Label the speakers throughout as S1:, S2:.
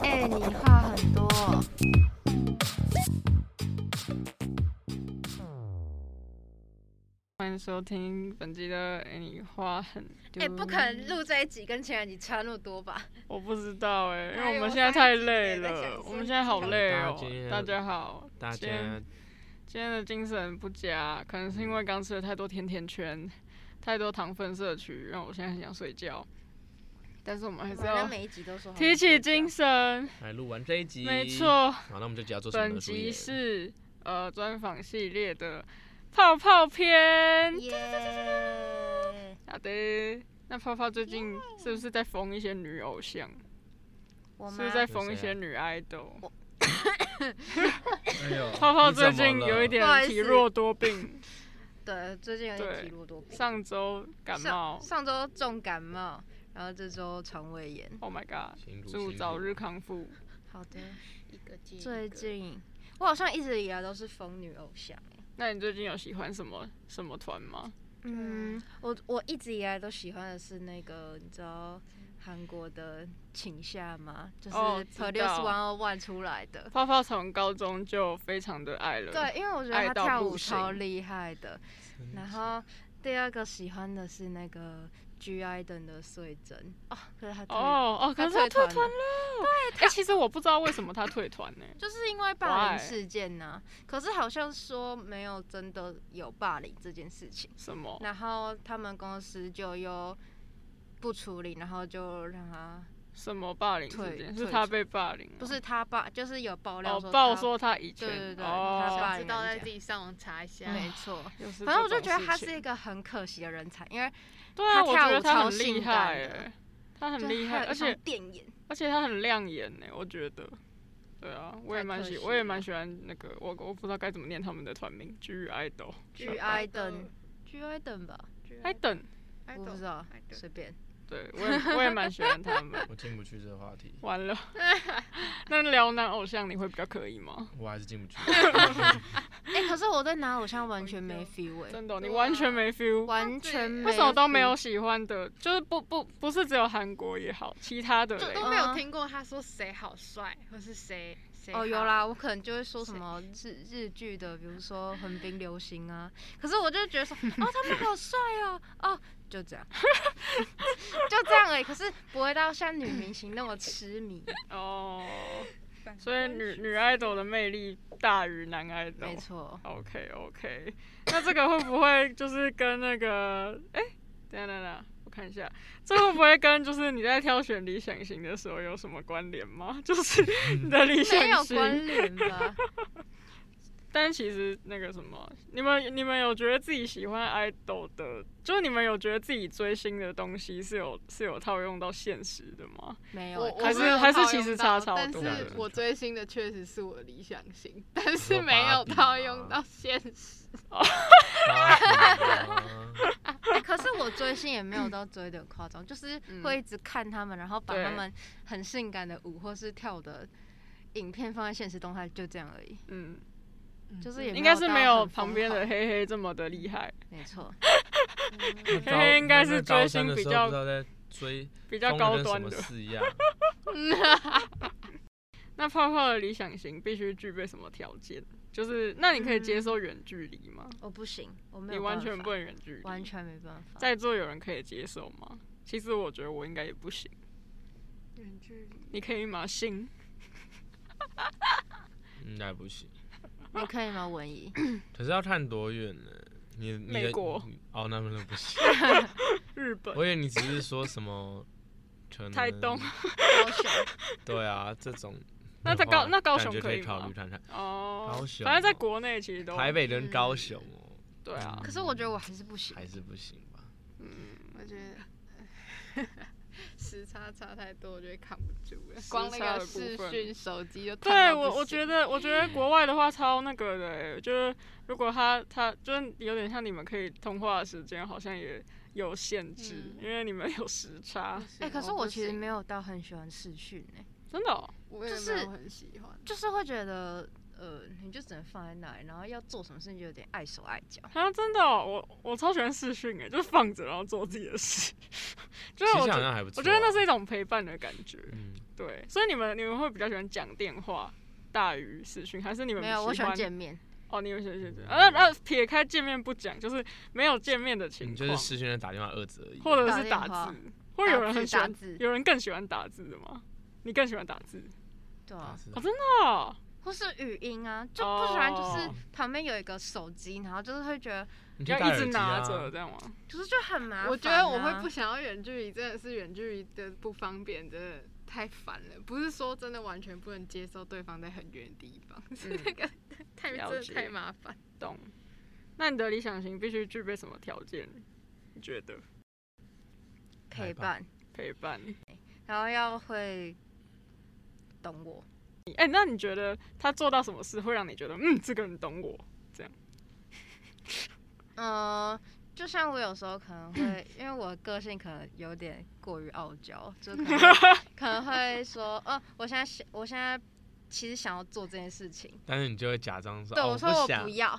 S1: 对哎你话很多。
S2: 欢迎收听本期的《你话很多》。
S1: 哎、不可能录这一集跟前两集差那么多吧？
S2: 我不知道哎、因为
S1: 哎
S2: 我
S1: 我
S2: 们现在太
S1: 上一
S2: 累
S1: 集也在
S2: 了，
S1: 想
S2: 我们现在好
S1: 说
S2: 累哦、大
S3: 大家
S2: 家好，
S3: 大
S2: 今天
S3: 家
S2: 今天的精神不佳，可能是因为刚吃了太多甜甜圈，太多糖分摄取，让我现在很想睡觉。但是我们还是
S1: 好像
S2: 要
S1: 每一集都说好
S2: 提起精神，
S3: 来录完这一集，
S2: 没。错，
S3: 好，那我们这集要做什么呢？
S2: 本
S3: 淑仪
S2: 集是呃专访系列的泡泡篇。
S1: 耶！
S2: 好的，那泡泡最近是不是在疯一些女偶像？
S1: 我
S2: 是不是
S1: 们
S2: 在
S3: 有
S2: 疯一
S3: 谁
S2: 些
S3: 啊
S2: 女 idol？
S3: 哎呦，
S2: 泡泡
S3: 你怎
S2: 最
S3: 么
S2: 近有一
S3: 了
S2: 点
S1: 不好意
S2: 体
S1: 思
S2: 弱多病，
S1: 对最近有点
S2: 对
S1: 体弱多病，
S2: 上周感冒
S1: 上上周重感冒，然后这周肠胃炎。
S2: ，Oh my god！
S3: 辛苦
S2: 祝
S3: 辛
S2: 早
S3: 苦
S2: 日康复。
S1: 好的，
S4: 一个接一
S1: 最
S4: 个
S1: 近我好像一直以来都是疯女偶像。
S2: 那你最近有喜欢什么什么团吗？
S1: 嗯，我我一直以来都喜欢的是那个，你知道韩国的请夏吗？就是
S2: 哦知
S1: Produce
S2: 道
S1: One oh One 出来的。
S2: 泡泡从高中就非常的爱了，，
S1: 对，因为我觉
S2: 爱
S1: 得他
S2: 到
S1: 跳
S2: 不
S1: 舞
S2: 行
S1: 超厉害的。
S3: 真
S1: 然
S3: 是
S1: 后第二个喜欢的是那个 G I 等的穗珍哦，可是他退
S2: 哦哦，可
S1: 他
S2: 是他退
S1: 退
S2: 团
S1: 团
S2: 了。哎，其实我不知道为什么他退团呢？
S1: 就是因为霸
S2: Why？
S1: 凌事件呐、可是好像说没有真的有霸凌这件事情，
S2: 什么？
S1: 然后他们公司就又不处理，然后就让他
S2: 什么霸凌事
S1: 退
S2: 件？
S1: 退
S2: 是他
S1: 出
S2: 被霸凌吗？
S1: 不是他爸，就是有爆料
S2: 哦，
S1: 说
S2: 报
S1: 他
S2: 说他以前
S1: 对对对他
S2: 哦，
S1: 爸
S4: 想知道
S1: 人
S4: 在
S1: 家
S4: 自己上网查一下。
S1: 没错。
S2: 又是
S1: 反正我就
S2: 这种
S1: 觉得
S2: 事
S1: 他
S2: 情
S1: 是一个很可惜的人才，因为
S2: 对啊，
S1: 他
S2: 我
S1: 跳
S2: 觉得
S1: 舞
S2: 他
S1: 超
S2: 很厉
S1: 性
S2: 害
S1: 感的
S2: 哎，他很
S1: 就
S2: 厉
S1: 他
S2: 害，
S1: 有一
S2: 而且
S1: 双电眼，
S2: 而且他很亮眼呢，我觉得。对啊，我也
S1: 太
S2: 蛮
S1: 可
S2: 喜，
S1: 惜
S2: 我也
S1: 了
S2: 蛮喜欢那个，我我不知道该怎么念他们的团名，G I d o
S1: G I 等 G 嗯 I 等吧，
S2: 还等，
S4: 爱
S1: 我
S4: 豆
S1: 不知道
S4: 爱，豆
S1: 随便。
S2: 对我也我也蛮喜欢 他们。
S3: 我进不去这个话题，
S2: 完了，那聊男偶像你会比较可以吗？
S3: 我还是进不去。
S1: 哎，可是我对男偶像完全没 feel 哎，
S2: 真的哦，你
S4: 对
S2: 完
S4: 啊
S2: 全没 feel，
S1: 完全没
S2: 为什么都没
S1: feel
S2: 有喜欢的？就是不不不是只有韩国也好，其他的
S4: 就
S2: 嘞
S4: 都没有
S1: 嗯
S4: 听过他说谁好帅，或是谁谁
S1: 哦，有
S4: 好，
S1: 啦，我可能就会说什么日日剧的，比如说《横滨流星》啊。可是我就觉得说，哦，他们好帅哦，哦，就这样， 就这样而已。可是不会到像女明星那么痴迷，
S2: 哦。
S4: 反
S2: 所以
S4: 观
S2: 女
S4: 世
S2: 女
S4: 界
S2: idol 的魅力大于男
S1: 没
S2: idol。
S1: 错。
S2: OK OK，那这个会不会就是跟那个哎、等一下等一下，我看一下，这会不会跟就是你在挑选理想型的时候有什么关联吗？ 就是你的理
S1: 没有
S2: 想型，
S1: 关联吧？
S2: 但其实那个什么，你们你们有觉得自己喜欢 idol 的，就是你们有觉得自己追星的东西是有是有套用到现实的吗？
S1: 没有
S4: 我
S1: 欸，
S4: 我
S2: 还
S4: 没
S2: 是
S4: 有
S2: 还是
S4: 套
S2: 其
S4: 用
S2: 实
S4: 到
S2: 差超
S4: 但
S2: 多
S3: 的
S4: 是我追星的确实是我的理想型， 但
S3: 说
S4: 是没有
S3: 芭比
S4: 套用
S3: 吗
S4: 到现实。
S1: 欸可是我追星也没有到追的夸张，就是会一直看他们，然后把
S2: 对
S1: 他们很性感的舞或是跳舞的影片放在现实动态，就这样而已。
S2: 嗯，
S1: 就是也
S2: 应该是
S1: 到
S2: 没有
S1: 很疯
S2: 旁边的
S1: 狂，
S2: 黑黑这么的厉害，
S1: 没错。
S2: 嘿嘿 应该是追星比较
S3: 不知道在追
S2: 比
S3: 比
S2: 较高端
S3: 什
S2: 的
S3: 么。四样。
S2: 那泡泡的理想型必须具备什么条件？就是，那你可以接受远距离吗？
S1: 我不行，我嗯没
S2: 你
S1: 有
S2: 完
S1: 办
S2: 全
S1: 法
S2: 不能远距离。
S1: 完。全没办法。
S2: 在座有人可以接受吗？其实我觉得我应该也不行。
S4: 远距离
S2: 你可以吗？信？
S3: 应该嗯不行。
S1: 你可以吗，文怡？
S3: 可是要看多远呢？你你的
S2: 美国
S3: 哦，那那 不行。
S2: 日本？
S3: 我以为你只是说什么，可能
S2: 台东
S1: 高雄
S3: 对啊，这种的话。
S2: 那在高那高雄
S3: 感觉可
S2: 可以吗
S3: 考虑看看。
S2: 哦，
S3: 高雄
S2: 反正在国内其实都
S3: 台北跟高雄哦，
S2: 对 啊，
S1: 可是我觉得我还是不行。
S3: 还是不行吧？
S2: 嗯，
S4: 我觉得 时差差太多，我觉得扛不住了。
S2: 时
S4: 光那
S2: 差
S4: 个
S2: 的部
S4: 视
S2: 分
S4: 讯手机就烫
S2: 对
S4: 到
S2: 我
S4: 不
S2: 我
S4: 行
S2: 觉得我觉得国外的话超那个的欸，就是如果他他就是有点像你们可以通话的时间好像也有限制，
S4: 嗯
S2: 因为你们有时差
S4: 不，行
S1: 哎、可是我其实没
S4: 有，
S1: 有到很喜欢视讯哎、
S2: 真的哦、
S4: 我也
S1: 就
S4: 没
S1: 是
S4: 有很喜欢。
S1: 就是会觉得呃，你就只能放在那里，然后要做什么事情就有点碍手碍脚。
S2: 啊，真的哦、我我超喜欢视讯哎，就是放着然后做自己的事，就是
S3: 其
S2: 啊我
S3: 实
S2: 觉
S3: 好
S2: 得
S3: 像还不错、啊
S2: 我觉得那，是一种陪伴的感觉，
S3: 嗯，
S2: 对，所以你们你们会比较喜欢讲电话大于视讯，还是你们
S1: 没有，我喜欢
S2: 欢
S1: 见面。
S2: 哦，你们喜欢见面，呃呃，撇开见面不讲，就是没有见面的情
S3: 你
S2: 况，
S3: 就是视讯的打电话二折而已，啊
S2: 或者是
S1: 打
S2: 打
S1: 电话
S2: 字，会有
S1: 打
S2: 人很
S1: 字
S2: 喜欢
S1: 打字
S2: 有人更喜欢打字的吗？你更喜欢打字？
S1: 对
S3: 打
S1: 啊，
S3: 字
S2: 哦，真的哦、
S1: 或是语音啊，就不喜欢就是
S2: 哦
S1: 旁边有一个手机，然后就是会觉得，
S3: 你可以
S2: 要
S3: 戴
S2: 一
S3: 耳
S2: 直
S3: 机
S2: 拿
S3: 啊
S2: 着这样吗？
S1: 就是就很麻烦、啊
S5: 我觉得我会不，想要远距离，真的是远距离的不方便，真的太烦了。不是说真的完全不能接受对方在很远的地方，是那个太真
S2: 了
S5: 的
S2: 解
S5: 太麻烦。
S2: 懂。那你的理想型必须具备什么条件？你觉得
S1: 陪伴，
S2: 陪伴？
S1: 然后要会懂我，
S2: 哎、那你觉得他做到什么事会让你觉得，嗯，这个人懂我？
S1: 嗯、就像我有时候可能会，因为我个性可能有点过于傲娇，就可能可能会说，哦、我现在想，我现在其实想要做这件事情，
S3: 但是你就会假装说，
S1: 对
S3: 哦
S1: 我说我
S3: 想
S1: 不，要，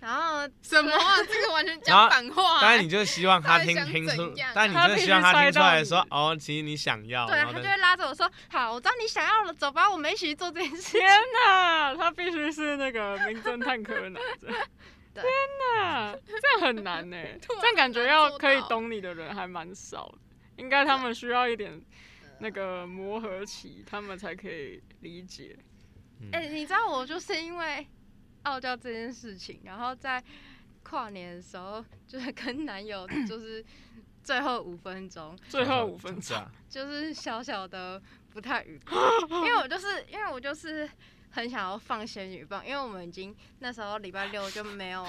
S1: 然后
S5: 什么啊？这个完全
S3: 然
S5: 讲
S3: 后
S5: 反话、啊
S3: 当然你就希望他
S5: 到底
S3: 听
S5: 想
S3: 听出
S5: 怎样啊，
S3: 但你
S2: 他
S3: 就
S2: 必
S3: 希
S2: 须
S3: 望他
S2: 猜
S3: 听出
S2: 到
S3: 来
S2: 你
S3: 说，哦，其实你想要，
S1: 对
S3: 然
S1: 他
S3: 后
S1: 就
S3: 但
S1: 会拉着我说，好，我知道你想要了，走吧，我们一起去做这件事情
S2: 天。哪，他必须是那个名侦探柯南这样。
S1: 对
S2: 天
S3: 嗯
S2: 哪，这样 很难呢、
S5: 突然
S2: 这样感觉要可以
S5: 做到
S2: 懂你的人还蛮少的，应该他们需要一点
S1: 啊
S2: 那个磨合期，他们才可以理解。
S3: 嗯
S1: 哎、你知道我就是因为傲娇这件事情，然后在跨年的时候，就是跟男友就是最后五分钟，
S2: 最后五分钟，
S3: 啊
S1: 就是小小的不太愉快，因为我就是因为我就是很想要放仙女棒，因为我们已经那时候礼拜六就没有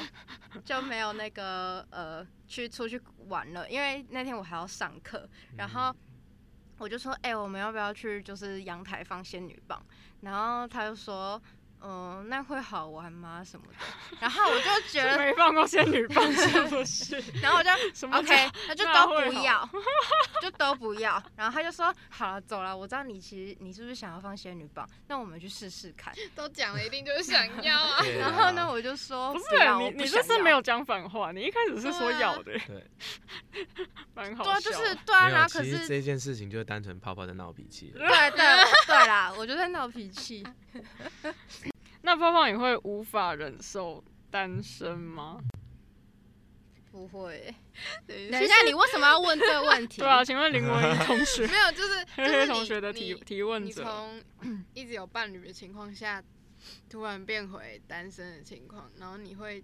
S1: 就没有那个呃去出去玩了，因为那天我还要上课，然
S3: 嗯
S1: 后我就说，哎、我们要不要去就是阳台放仙女棒？然后他就说，嗯、那会好玩吗？什么的。然后我就 觉得，
S2: 就没放过仙女 棒是不是？
S1: 然后我就
S2: 什么
S1: OK，那就
S2: 那
S1: 都
S2: 会
S1: 不
S2: 好
S1: 要， 就都不要。然后他就说，好了，走了，我知道你其实你是不是想要放仙女棒？那我们去试试看。
S5: 都讲了，一定就是想 要啊。
S3: 对
S1: 然后呢，
S3: 啊
S1: 我就说，
S2: 不
S1: 不要
S2: 是欸
S1: 我
S2: 你，
S1: 不
S2: 你这
S1: 想
S2: 是
S1: 要啊
S2: 没有讲反话，你一开始是说要的、欸
S3: 对，
S2: 蛮好
S1: 对
S2: 笑
S1: 啊，
S2: 的。
S1: 就是对啊，
S3: 没有
S1: 然后可
S3: 其实
S1: 是。
S3: 这件事情就是单纯泡泡在闹脾气了，
S1: 对对对啦，我就在闹脾 气。
S2: 那泡泡你会无法忍受单身吗？
S1: 不会，
S5: 等，
S1: 等一下，你为什么要问这个问题？
S2: 对啊，请问林文一同学
S5: 没有，就是就
S2: 黑黑
S5: 是
S2: 同
S5: 你
S2: 学的提
S5: 你
S2: 提问
S5: 你
S2: 者，
S5: 从 一直有伴侣的情况下，突然变回单身的情况，然后你会，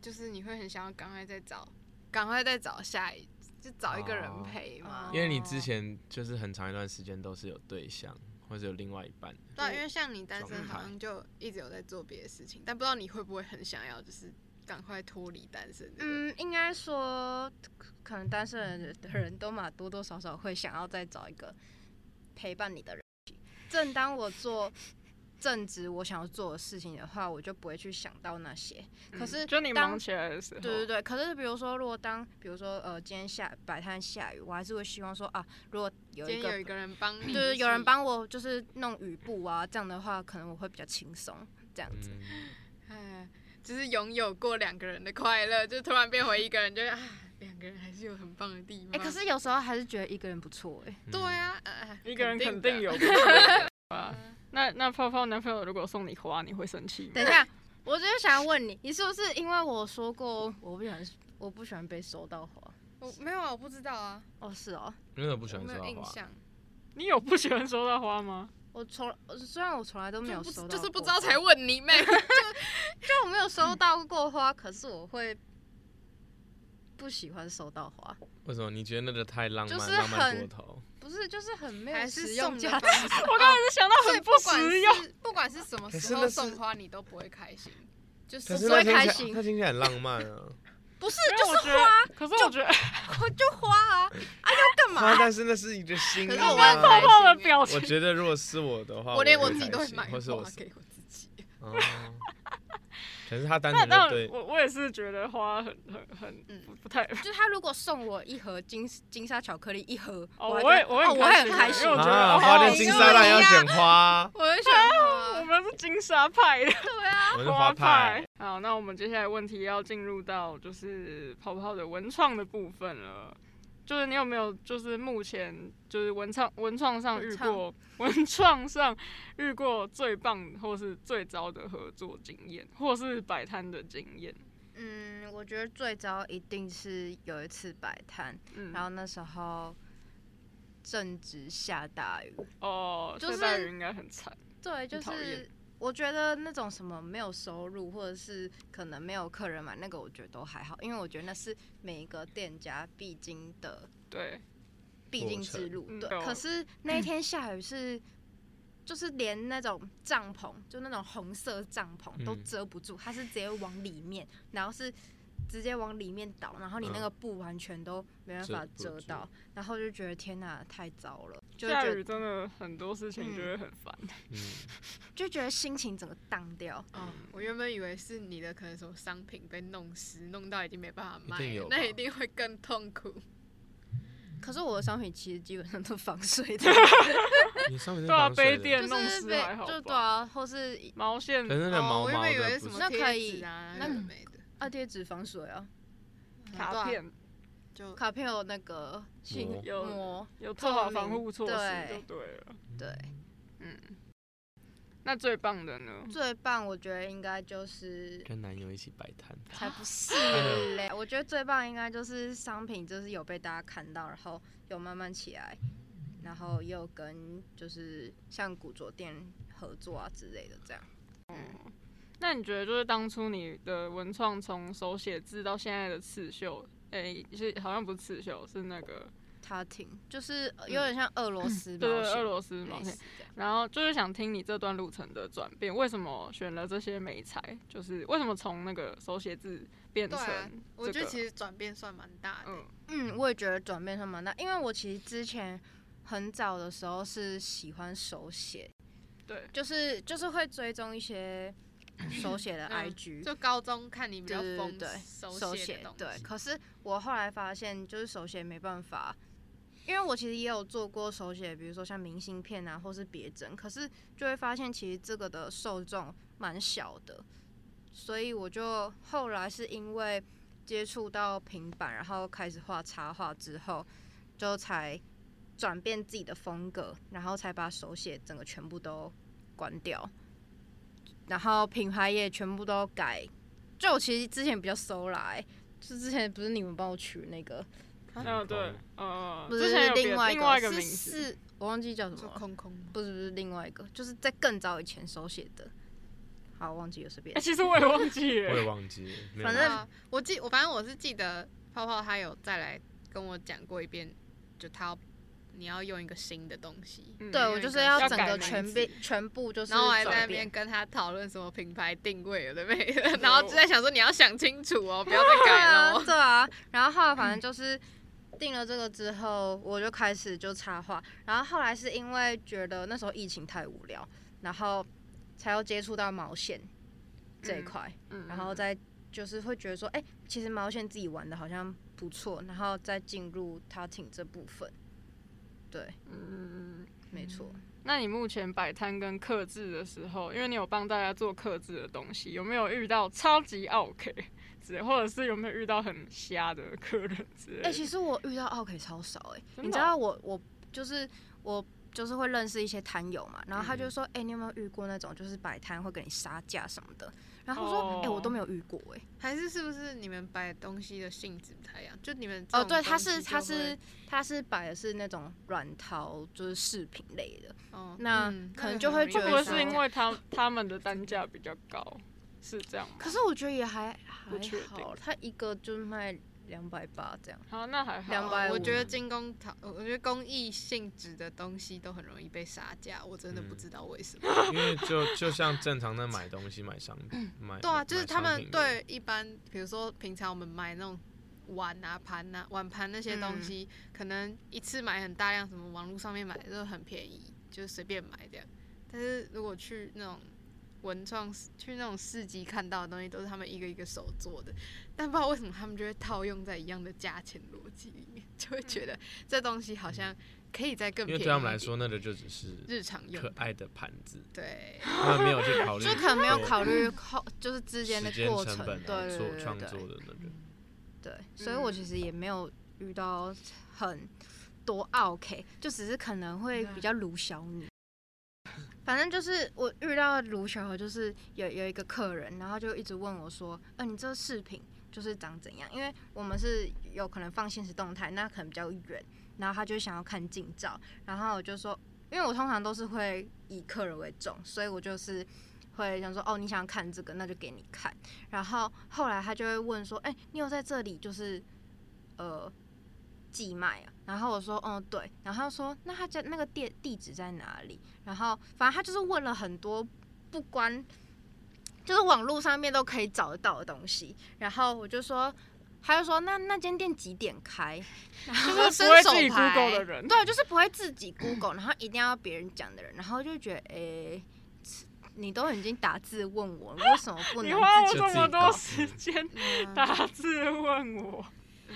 S5: 就是你会很想要赶快再找，赶快再找下一，就找一个人陪嘛。
S1: 哦
S3: 因为你之前就是很长一段时间都是有对象或者有另外一半，
S5: 对啊，因为像你单身
S3: 状态
S5: 好像就一直有在做别的事情，但不知道你会不会很想要，就是赶快脱离单身、这个
S1: 嗯，应该说，可可能单身人 的人都嘛多多少少会想要再找一个陪伴你的人。正当我做正职我想要做的事情的话，我就不会去想到那些。
S5: 嗯
S1: 可是
S2: 就你
S1: 当
S2: 忙起来的时候，
S5: 哦
S1: 对对对，可是比如说，如果当比如说呃，今天下摆摊下雨，我还是会希望说啊，如果有一
S5: 今天有
S1: 个
S5: 一个人帮
S1: 嗯
S5: 你，
S1: 就是有人，帮我就是弄雨布啊，这样的话可能我会比较轻松这样子。
S3: 嗯，
S5: 哎，就是拥有过两个人的快乐，就突然变回一个人，就是啊，两个人还是有很棒的地
S1: 哎、
S5: 方。
S1: 可是有时候还是觉得一个人不错哎、
S3: 嗯
S5: 对，啊，呃
S2: 一个人肯定
S5: 的嗯
S2: 有 啊。那那泡泡男朋友如果送你花，你会生气吗
S1: 等一？下，我就是想要问你，你是不是因为我说过我不喜欢，我不喜欢被收到花？
S5: 我没有啊，我不知道啊，
S1: 哦，是哦，
S3: 嗯因为我不喜
S5: 我
S3: 欢
S5: 没
S3: 说
S5: 有印
S3: 话，啊
S5: 象，
S2: 你有不喜欢收到花吗？
S1: 我从虽然我从来都没有
S5: 就
S1: 收
S5: 不
S1: 到，
S5: 就是不知道才，问 你妹。
S1: 就我没有收到过花，可是我会不喜欢收到花，
S3: 为什么你觉得那个太浪
S1: 就
S3: 漫，
S1: 是
S3: 浪漫
S1: 很
S3: 过头？
S1: 不是就是很没有
S5: 还
S1: 实
S5: 是
S1: 用
S5: 送
S1: 价值。
S5: 值。
S2: 我刚才是想到
S5: 所以
S2: 很
S5: 不管
S2: 实用，
S5: 是不管是什么
S3: 可是
S5: 时候
S3: 那是
S5: 送花，你都不会开心，就是
S3: 可是
S1: 不
S3: 那
S1: 会
S3: 听
S1: 开
S3: 起来，
S1: 心
S3: 那听起来很浪漫 啊。
S1: 不是，
S2: 因为我觉得，可是我觉得
S1: 就花啊，干嘛
S3: 啊，但是那是一个心
S5: 可
S3: 意
S5: 是
S3: 啊。
S5: 我没有
S2: 泡
S5: 开
S2: 泡的
S5: 心欸
S2: 表
S3: 我
S2: 情，
S3: 觉得如果是我的话，
S5: 我连
S3: 哦我
S5: 我自己都
S3: 会
S5: 会
S3: 开心
S5: 买
S3: 或是
S5: 花
S3: 我是，
S5: 给我自己。
S3: 哦，可是他单
S2: 那
S3: 纯
S2: 当
S3: 的
S2: 然
S3: 对，
S2: 我我也是觉得花很很很
S5: 嗯
S2: 不不太
S1: 就是他如果送我一盒金金沙巧克力一盒，还
S2: 哦，我
S1: 觉
S2: 会
S1: 得
S2: 我会
S1: 哦我会很
S2: 很
S1: 开
S2: 开
S1: 心
S2: 心，因为我觉得
S3: 啊，
S2: 哦好
S3: 花店
S2: 好
S3: 金
S5: 因
S3: 沙
S5: 为
S3: 烂
S5: 你
S3: 要
S5: 呀
S1: 啊
S3: 剪花，
S5: 我会想花
S2: 我们是金沙派的
S3: 我是花派，。
S2: 好，那我们接下来问题要进入到就是泡泡的文创的部分了。就是你有没有就是目前就是文创文创上遇过文创上遇过最棒或是最糟的合作经验，或是摆摊的经验？
S1: 嗯，我觉得最糟一定是有一次摆摊，
S2: 嗯，
S1: 然后那时候正值下大雨，
S2: 哦，
S1: 就是
S2: 下大雨应该很惨。
S1: 对，就
S2: 讨厌
S1: 是我觉得那种什么没有收入，或者是可能没有客人买，那个我觉得都还好，因为我觉得那是每一个店家必经的
S2: 对，
S1: 必
S3: 过
S1: 经之
S3: 程
S1: 路。
S2: 嗯
S1: 对，
S2: 懂
S1: 可是那一天下雨是。 就是连那种帐篷，就那种红色帐篷都
S3: 嗯
S1: 遮不住，它是直接往里面，然后是直接往里面倒，然后你那
S3: 嗯
S1: 个布完全都没办
S3: 遮
S1: 法
S3: 不
S1: 遮
S3: 住
S1: 到，然后就觉得天哪，太糟了，就会
S2: 下
S1: 觉得
S2: 雨真的很多事情就会很烦。
S3: 嗯，
S1: 就觉得心情整个荡掉。
S5: 哦，我原本以为是你的可能什么商品被弄湿，弄到已经没办法卖
S3: 一定
S5: 了
S3: 有，吧
S5: 那一定会更痛苦。
S3: 嗯
S1: 可是我的商品其实基本上都防水 的，
S3: 你上面是
S2: 对啊
S3: 防水
S2: 杯
S3: 的
S2: 垫
S1: 就
S2: 弄
S1: 是
S2: 湿
S1: 被
S2: 还好
S1: 就
S2: 吧
S1: 对啊，或是
S2: 毛线
S3: 可是那个
S5: 哦
S3: 毛
S5: 我原
S3: 毛
S5: 本以为
S3: 的
S5: 是
S3: 不是
S5: 什
S1: 那
S5: 么
S1: 可以
S5: 贴纸啊，
S1: 那
S5: 有的没的
S1: 啊贴纸防水啊，
S2: 卡，
S5: 对啊
S2: 片，
S5: 就
S1: 卡片有那个信
S3: 膜
S2: 有
S1: 膜，
S2: 有做好
S1: 透
S2: 防
S1: 明
S2: 护措施
S1: 对
S2: 就对了。
S1: 对，
S2: 那最棒的呢？
S1: 最棒我觉得应该就是。
S3: 跟男友一起摆摊，
S1: 才不 是
S2: 哎
S1: 嘞！我觉得最棒应该就是商品，就是有被大家看到，然后有慢慢起来，然后又跟就是像古着店合作啊之类的这样。
S2: 那你觉得就是当初你的文创从手写字到现在的刺绣，诶、是好像不是刺绣，是那个
S1: 他挺就是呃有点像俄罗斯
S2: 嗯对
S1: 毛
S2: 对
S1: 线，
S2: 俄罗斯毛
S1: 类
S2: 线
S1: 似。这样。
S2: 然后就是想听你这段路程的转变，为什么选了这些美材？就是为什么从那个手写字变成、
S5: 对
S2: 这
S5: 啊
S2: 个？
S5: 我觉得其实转变算蛮大的。
S2: 嗯
S1: 嗯，我也觉得转变上蛮大，因为我其实之前很早的时候是喜欢手写，
S2: 对
S1: 就是就是会追踪一些手写的
S5: 嗯
S1: IG，、
S5: 就高中看你比较
S1: 对对
S5: 疯
S1: 对
S5: 手
S1: 手
S5: 写
S1: 写
S5: 的东西，
S1: 对。可是我后来发现，就是手写没办法，因为我其实也有做过手写，比如说像明信片啊，或是别针，可是就会发现其实这个的受众蛮小的，所以我就后来是因为接触到平板，然后开始画插画之后，就才转变自己的风格，然后才把手写整个全部都关掉。然后品牌也全部都改就我其实之前比较收来、就是之前不是你们帮我取那个，
S2: 嗯，对，呃，
S1: 啊不
S2: 之
S1: 是
S2: 前有别
S1: 另外
S2: 另外一个
S1: 个
S2: 名
S1: 是
S2: 字，
S1: 是，我忘记叫什
S5: 就
S1: 么了，
S5: 空空的。
S1: 不是不是另外一个，就是在更早以前手写的，好忘记了随便
S2: 哎、，其实我也忘记
S3: 我也
S2: 了。
S3: 忘记了，没有
S1: 反
S5: 对
S1: 正
S5: 啊，我记我反正我是记得泡泡他有再来跟我讲过一遍，就他要你要用一个新的东西，
S2: 嗯
S1: 对
S5: 因为
S1: 我就是
S5: 跟
S1: 要
S2: 要
S1: 整
S2: 改
S1: 个
S2: 名
S1: 全
S2: 字
S1: 变全部就是
S5: 然后我还
S1: 转
S5: 在那
S1: 变
S5: 边跟他讨论什么品牌定位有的没的， 然后就在想说你要想清楚哦，不要再
S1: 对
S5: 改了
S1: 啊，
S5: 哦。
S1: 对啊。然后后来反正就是定了这个之后，我就开始就插画。然后后来是因为觉得那时候疫情太无聊，然后才又接触到毛线这一
S2: 嗯
S1: 块，
S2: 嗯
S1: 然后再就是会觉得说，哎、其实毛线自己玩的好像不错，然后再进入 tarting 这部分。对，
S2: 嗯，
S1: 没错。
S2: 那你目前摆摊跟克制的时候，因为你有帮大家做克制的东西，有没有遇到超级 OK 之类，或者是有没有遇到很瞎的客人之类
S1: 哎、
S2: 的？
S1: 其实我遇到 OK 超少哎、
S2: 真
S1: 你
S2: 的
S1: 知
S2: 哦
S1: 道我我就是我就是会认识一些摊友嘛，然后他
S5: 嗯
S1: 就说，哎、你有没有遇过那种就是摆摊会给你杀价什么的？然后我说，哎、
S2: 哦
S1: 我都没有遇过哎、
S5: 还是是不是你们摆东西的性质不太一样？就你们这
S1: 哦，
S5: 种
S1: 对，他
S5: 东西
S1: 是
S5: 就
S1: 他
S5: 会
S1: 是他是摆的是那种软陶，就是饰品类的。
S5: 哦，
S1: 那
S5: 嗯
S1: 可能
S5: 那
S1: 就会
S5: 很
S1: 觉
S2: 会
S1: 得
S2: 不会
S1: 说
S2: 是因为他他们的单价比较高，是这样吗？
S1: 可是我觉得也还还
S2: 不确定
S1: 好，他一个就是卖两百八这样。
S2: 好，那还好。
S1: 两百
S5: 我
S1: 250
S5: 觉得精工陶，我觉得工艺性质的东西都很容易被杀价，我真的不
S3: 嗯
S5: 知道为什么。
S3: 因为就就像正常的买东西、买商 品、买
S5: 对啊，就是
S3: 买
S5: 他
S3: 商
S5: 们
S3: 品的
S5: 对一般，比如说平常我们买那种碗啊、盘啊、碗盘那些东西，
S3: 嗯
S5: 可能一次买很大量，什么网络上面买就很便宜，就随便买这样。但是如果去那种文创市去那种市集看到的东西，都是他们一个一个手做的，但不知道 为什么他们就会套用在一样的价钱逻辑里面，就会觉得这东西好像
S4: 可以再更
S3: 嗯因
S4: 便宜一
S3: 为
S4: 点。
S3: 对他们来说，那个就只是
S4: 日常用
S3: 可爱的盘子，
S4: 对，
S3: 他们没有去考 虑，
S4: 就可能没有考 虑后 就是之
S3: 时
S4: 间
S3: 间
S4: 的过程
S3: 成，本啊，
S1: 对对
S3: 做
S1: 对
S3: 创
S1: 对
S3: 作的那个。
S1: 对，
S2: 嗯
S1: 所以我其实也没有遇到很多 OK，就只是可能会比较鲁小你。反正就是我遇到卢小何，就是有有一个客人，然后就一直问我说：“呃，你这饰品就是长怎样？”因为我们是有可能放现实动态，那可能比较远，然后他就想要看近照，然后我就说，因为我通常都是会以客人为重，所以我就是会想说：“哦，你想看这个，那就给你看。”然后后来他就会问说：“哎、你有在这里就是呃寄卖啊？”然后我说：“嗯，对。”然后他说：“那他家那个地地址在哪里？”然后反正他就是问了很多不关，就是网络上面都可以找得到的东西。然后我就说。他就说：“那那间店几点开？然后
S2: 就是
S1: 伸
S2: 不会
S1: 手
S2: 自己
S1: 牌
S2: Google 的人
S1: 对，啊就是不会自己 Google，然后一定要别人讲的人，然后就觉得，诶、你都已经打字问我，为什么不
S2: 你
S1: 能
S2: 花
S1: 自
S2: 我
S1: 己
S3: 就
S2: 这
S3: 自己
S2: 么多
S3: 搞
S2: 时间
S4: 嗯
S5: 啊
S2: 打字问我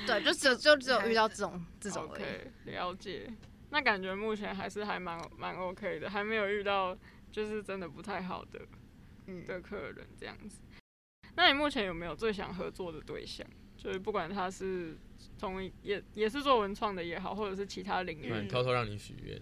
S1: 对，就只有就只有遇到这种这
S2: 哦
S1: 种而已。
S2: ，OK，了解。那感觉目前还是还蛮蛮 OK 的，还没有遇到就是真的不太好的
S1: 嗯，
S2: 的客人这样子。那你目前有没有最想合作的对象？就是不管他是同一也也是做文创的也好，或者是其他领域
S3: 不然
S2: 的，
S3: 偷偷让你许愿，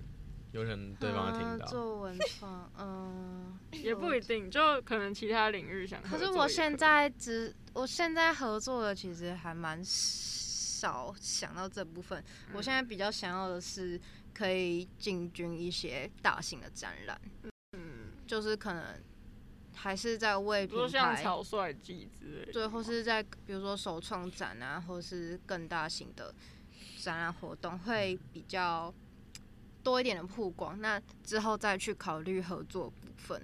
S3: 有可能对方会听
S4: 嗯
S1: 呃
S3: 到。
S1: 做文创，嗯、
S2: 也不一定，就可能其他领域想合
S1: 可
S2: 作也
S1: 是
S2: 以。
S1: 我现在只我现在合作的其实还蛮少想到这部分，我
S2: 嗯
S1: 现在比较想要的是可以进军一些大型的展览，
S2: 嗯，
S1: 就是可能还是在为
S2: 比如说
S1: 品
S2: 像
S1: 牌。
S2: 草率季之类的，
S1: 对，或是在比如说首创展啊，或是更大型的展览活动，
S2: 嗯
S1: 会比较多一点的曝光。那之后再去考虑合作部分。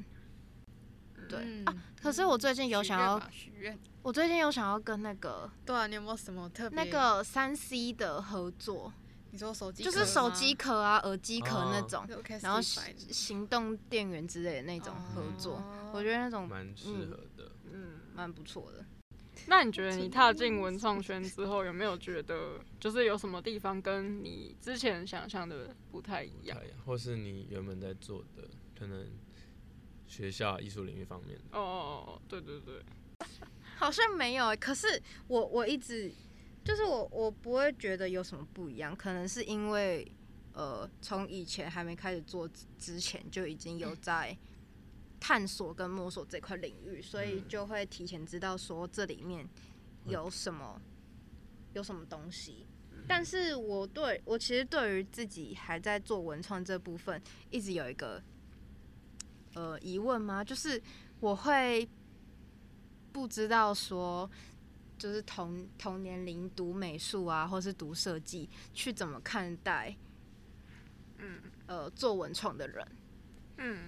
S1: 对，啊
S4: 嗯
S1: 可是我最近有想
S4: 许
S1: 要，
S4: 愿吧，许愿
S1: 我最近有想要跟那个
S4: 对啊，你有没有什么特别？
S1: 那个三 C 的合作，
S4: 你说手机
S1: 就
S4: 壳
S1: 是
S4: 吗
S1: 手机壳啊、耳机壳那
S3: 哦
S1: 种，
S4: 就 Castify
S1: 然后行行动电源之类的那种合作，
S4: 哦
S1: 我觉得那种
S3: 蛮适
S1: 嗯
S3: 合的，
S2: 嗯。
S1: 蛮不错的。
S2: 那你觉得你踏进文创圈之后，有没有觉得就是有什么地方跟你之前想象的不太一样？
S3: 对呀或是你原本在做的，可能学校艺术领域方 面的，
S2: 哦哦哦，对对对，
S1: 好像没有欸、可是我我一直就是我我不会觉得有什么不一样，可能是因为呃从以前还没开始做之之前就已经有在探索跟摸索这块领域，所以
S3: 嗯
S1: 就会提前知道说这里面有什么有什么东西。但是我对我其实对于自己还在做文创这部分，一直有一个呃疑问吗？就是我会不知道说，就是同同年龄读美术啊，或是读设计，去怎么看待
S2: 嗯
S1: 呃做文创的人？
S2: 嗯，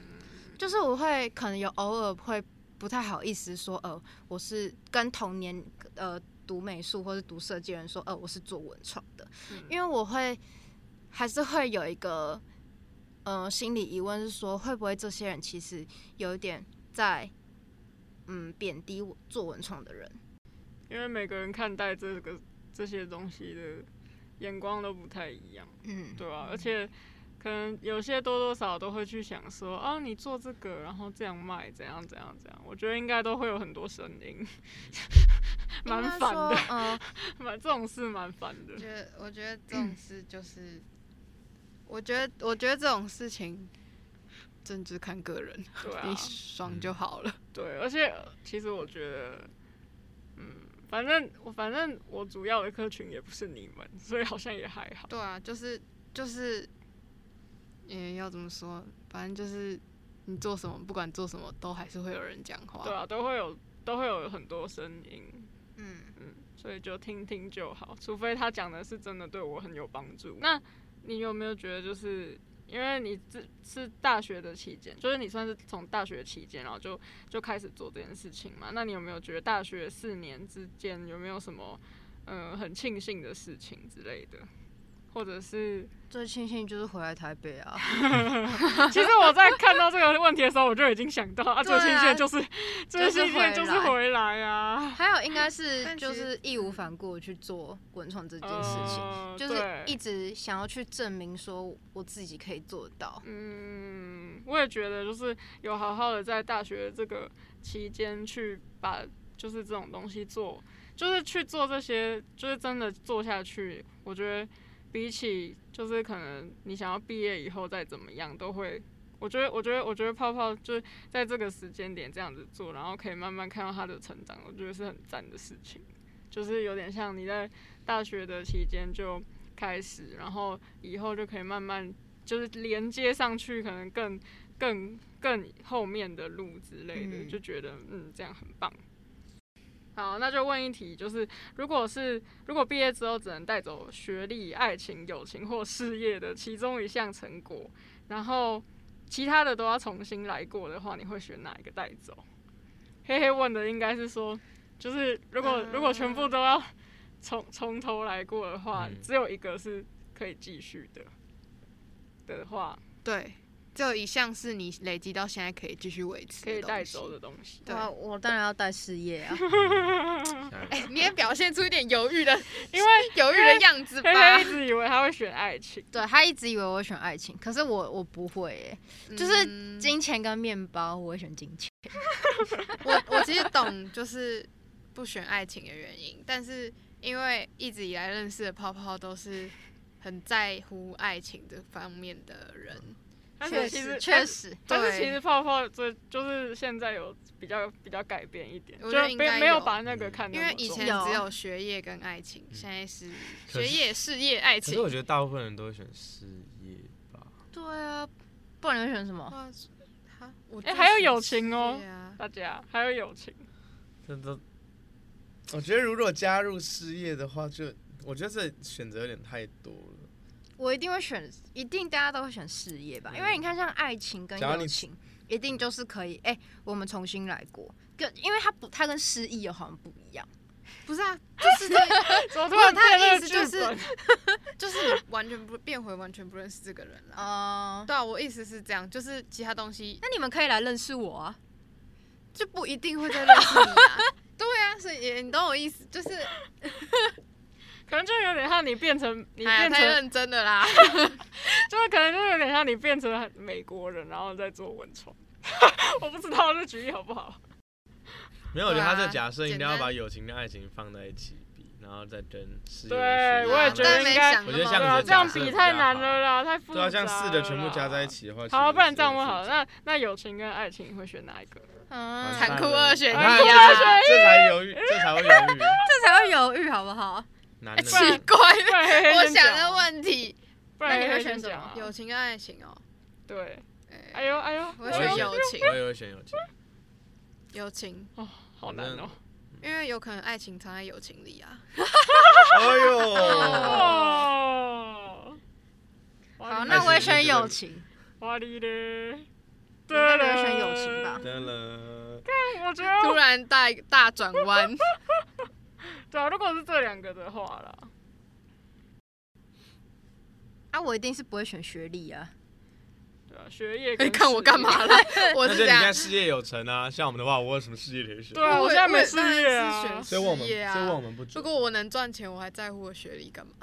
S1: 就是我会可能有偶尔会不太好意思说，呃，我是跟同年呃读美术或是读设计的人说，呃，我是做文创的，
S2: 嗯
S1: 因为我会还是会有一个呃心理疑问是说，会不会这些人其实有一点在嗯贬低我做文创的人？
S2: 因为每个人看待这个这些东西的眼光都不太一样，
S1: 嗯，
S2: 对啊吧、而且可能有些多多少少都会去想说，啊，你做这个，然后这样卖，怎样怎样怎样，我觉得应该都会有很多声音， 蛮
S1: 应该
S2: 烦
S1: 说
S2: 的，
S1: 嗯，
S2: 蛮这种事蛮烦的
S4: 我。觉得，我觉得这种事就是，我觉得，我觉得这种事情，真是看个人，
S2: 对啊
S4: 你，爽就好了。
S2: 对，而且其实我觉得，嗯，反正我反正我主要的客群也不是你们，所以好像也还好。
S4: 对啊，就是就是，也要怎么说，反正就是你做什么，不管做什么，都还是会有人讲话。
S2: 对啊，都会有都会有很多声音，
S1: 嗯，
S2: 嗯，所以就听听就好，除非他讲的是真的对我很有帮助。那你有没有觉得，就是因为你自是大学的期间，就是你算是从大学期间，然后就就开始做这件事情嘛？那你有没有觉得大学四年之间有没有什么嗯、呃很庆幸的事情之类的？或者是
S1: 最庆幸就是回来台北啊，
S2: 其实我在看到这个问题的时候，我就已经想到啊，
S1: 对啊
S2: 最新鲜就是最
S1: 就是
S2: 新鲜就是回来啊，
S1: 还有应该是
S6: 但其
S1: 就
S6: 实
S1: 是义无反顾地去做文创这件事情，
S2: 呃
S1: 就是一
S2: 对
S1: 直想要去证明说我自己可以做到。
S2: 嗯，我也觉得就是有好好的在大学这个期间去把就是这种东西做，就是去做这些，就是真的做下去，我觉得比起就是可能你想要毕业以后再怎么样，都会。我觉得，我觉得，我觉得泡泡就是在这个时间点这样子做，然后可以慢慢看到他的成长，我觉得是很赞的事情。就是有点像你在大学的期间就开始，然后以后就可以慢慢就是连接上去，可能更更更后面的路之类的，
S1: 嗯
S2: 就觉得嗯这样很棒。好，那就问一题，就是如果是如果毕业之后只能带走学历、爱情、友情或事业的其中一项成果，然后其他的都要重新来过的话，你会选哪一个带走？嘿嘿，问的应该是说，就是如果、
S5: 嗯
S2: 如果全部都要从从头来过的话，
S3: 嗯
S2: 只有一个是可以继续的的话，
S1: 对，
S5: 只有一项是你累积到现在可以继续维持，
S2: 可以带走。的东西。
S5: 对
S1: 啊，我当然要带事业 啊，
S3: 下一个
S5: 哎、你也表现出一点犹豫的，
S2: 因为
S5: 犹豫的样子
S2: 嘿
S5: 吧
S2: 嘿一。直以为他会选爱情，
S1: 对他一直以为我会选爱情，可是我我不会耶、就是
S5: 嗯
S1: 金钱跟面包，我会选金钱。
S5: 我我其实懂，就是不选爱情的原因，但是因为一直以来认识的泡泡都是很在乎爱情这方面的人，
S3: 嗯
S2: 但
S1: 确
S2: 是其
S1: 实，
S2: 实
S1: 确实，
S2: 但是
S5: 对
S2: 其实泡泡这就是现在有比较比较改变一点，
S5: 我
S2: 就
S5: 觉得
S2: 没
S5: 应该
S2: 没
S5: 有嗯
S2: 把那个看那
S5: 因
S2: 么
S5: 为以前
S2: 重
S1: 有
S5: 只有学业跟爱情，现在是
S3: 嗯可
S5: 学
S3: 是
S5: 业、事业、爱
S3: 可是我
S5: 情。
S3: 觉得大部分人都会选事业吧，
S1: 对啊，不然你会选什么？
S5: 哇哈我
S2: 哎
S5: 就
S2: 还有
S5: 选
S2: 友情哦
S5: 事业啊
S2: 大家还有友 情，
S3: 这都，我觉得如果加入事业的话，就我觉得这选择有点太多了。
S1: 我一定会选，一定大家都会选事业吧，因为你看像爱情跟
S3: 嗯假如你
S1: 友情，一定就是可以，哎、我们重新来过，跟因为它不，它跟失忆有好像不一样，
S5: 不是啊，就是这
S2: 怎么突
S5: 没有
S2: 然
S5: 他
S2: 变
S5: 的
S2: 那个
S5: 意思
S2: 剧
S5: 就是
S2: 本？
S5: 就是你完全不变回完全不认识这个人 了。
S1: 哦、
S5: 对啊，我意思是这样，就是其他东西
S1: 那你们可以来认识我啊，
S5: 就不一定会再认识你啊。 对啊，所以也你懂我意思，就是
S2: 可能就有点像你变成你
S5: 哎呀，
S2: 变
S5: 太
S2: 成，
S5: 认真了啦。
S2: 就是可能就有点像你变成美国人，然后再做文创。 我不知道这举例好不好？
S3: 没有，我觉得他
S5: 对啊
S3: 这假设应该
S5: 简
S3: 要
S5: 单
S3: 把友情跟爱情放在一起比，然后再跟事业。
S2: 对哎我也觉得
S5: 但
S2: 应
S5: 没
S2: 该
S5: 想
S3: 我
S5: 那
S3: 觉得
S5: 么
S3: 像
S2: 对
S3: 你
S2: 啊，
S3: 的
S5: 多
S2: 这样
S3: 假设
S2: 比
S3: 比
S2: 太
S3: 较
S2: 难
S3: 好
S2: 了啦，太复
S3: 对
S2: 杂
S3: 啊，
S2: 了。
S3: 像四的全部加在一。起的话，
S2: 好，不然这样
S3: 我
S2: 问好了，那那友情跟爱情你会选哪一个？
S1: 嗯，
S5: 惨酷二选 一啊
S3: 你看这才犹豫，这才会犹豫，
S1: 这才会犹豫好不好？
S3: 男的
S5: 哎 奇怪
S2: 不，然黑黑
S5: 我
S2: 先讲
S5: 想的
S2: 啊，
S5: 问题，
S2: 不然
S1: 那你
S2: 黑
S1: 会
S2: 黑先
S1: 选什
S2: 讲
S1: 么
S2: 啊。
S5: 友情跟爱情哦。
S2: 对，哎
S5: 哎，
S2: 呦哎呦，
S3: 我
S5: 我
S3: 会
S5: 选
S3: 选
S5: 友情，
S3: 我也会选友情，
S5: 友情，
S2: 好难哦。
S5: 因为有可能爱情藏在友情里啊。
S3: 哎呦，
S2: 哦，
S1: 好，
S2: 好
S1: 那我也选
S3: 爱情
S1: 友情，
S2: 哇哩嘞，
S1: 那你会选友情吧？
S3: 真了，
S2: 我觉得
S5: 突然大大转 弯，
S2: 对啊，如果是这两个的话啦，
S1: 啊，我一定是不会选学历啊，
S2: 对啊，学业
S5: 哎
S2: 跟
S5: 看我干嘛了？我
S3: 那
S5: 是
S3: 就
S5: 这
S3: 你现在
S5: 样，
S3: 事业有成啊，像我们的话，我有什么事业可以选？
S2: 对啊，
S5: 我
S2: 我
S5: 也
S2: 现在没
S5: 我也
S2: 事
S5: 当然是
S2: 业啊
S5: 选，
S3: 所以我们，
S5: 事业啊
S3: 所以我们不
S5: 如
S3: 准。
S5: 果我能赚钱，我还在乎我学历干嘛？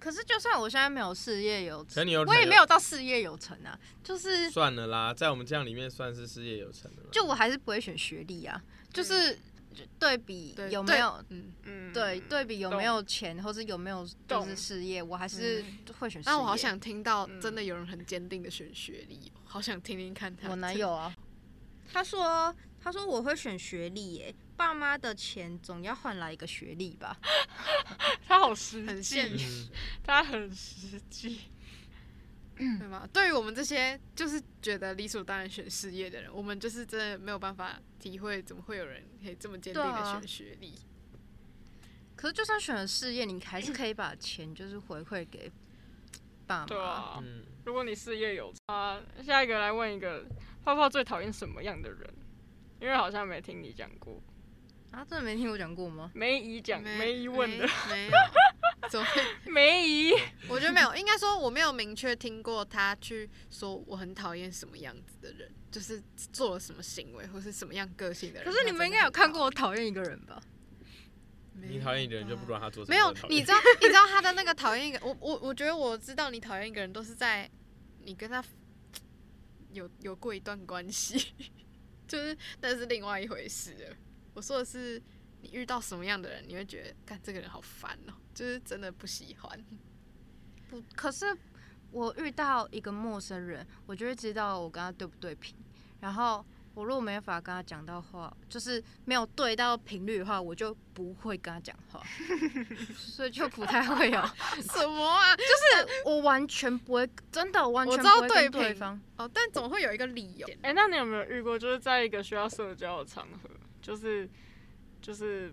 S1: 可是就算我现在没有事业有
S3: 可
S1: 成，
S3: 你有，
S1: 我也没有到事业有成啊，就是
S3: 算了啦，在我们这样里面算是事业有成的了。
S1: 就我还是不会选学历啊，就是对比
S5: 嗯对，
S1: 有没有
S5: 对？嗯，
S2: 嗯，
S1: 对对比有没有钱，或是有没有就
S2: 懂
S1: 是事业，我还是会选事业。
S5: 那我好想听到
S2: 嗯
S5: 真的有人很坚定的选学历，哦好想听听看他。
S1: 我男友啊，他说他说我会选学历耶，爸妈的钱总要换来一个学历吧。
S2: 他好实
S5: 很现
S2: 际，
S3: 嗯，
S2: 他很实际，
S5: 对吗？对于我们这些就是觉得理所当然选事业的人，我们就是真的没有办法体会，怎么会有人可以这么坚
S1: 对
S5: 定的
S1: 啊
S5: 选学历？
S1: 可是就算选了事业，你还是可以把钱就是回馈给爸
S2: 对
S1: 妈。
S2: 啊。
S3: 嗯
S2: 如果你事业有成啊，下一个来问一个泡泡最讨厌什么样的人？因为好像没听你讲过，
S1: 啊，真的没听我讲过吗？
S2: 梅姨讲梅姨问的，
S5: 没，没有怎么会？
S2: 梅姨，
S5: 我觉得没有，应该说我没有明确听过他去说我很讨厌什么样子的人，就是做了什么行为或是什么样个性的人。
S1: 可是你们应该有看过我讨厌一个人吧？
S5: 没有吧，
S3: 你讨厌一个人就不管他做什么。
S5: 没有
S3: 都讨，厌
S5: 你知道，你知道他的那个讨厌一个，我我我觉得我知道你讨厌一个人都是在你跟他有有过一段关系，就是那是另外一回事了。我说的是你遇到什么样的人，你会觉得，看这个人好烦哦，就是真的不喜欢。
S1: 不，可是我遇到一个陌生人，我就会知道我跟他对不对频。然后我如果没法跟他讲到话，就是没有对到频率的话，我就不会跟他讲 话，所以就不太会有。
S5: 什么啊？
S1: 就是我完全不会，真的完
S5: 我
S1: 全
S5: 知
S1: 不
S5: 道
S1: 会跟
S5: 对频
S1: 对方。
S5: 哦，但总会有一个理由。
S2: 哎、那你有没有遇过，就是在一个需要社交的场合，就是就是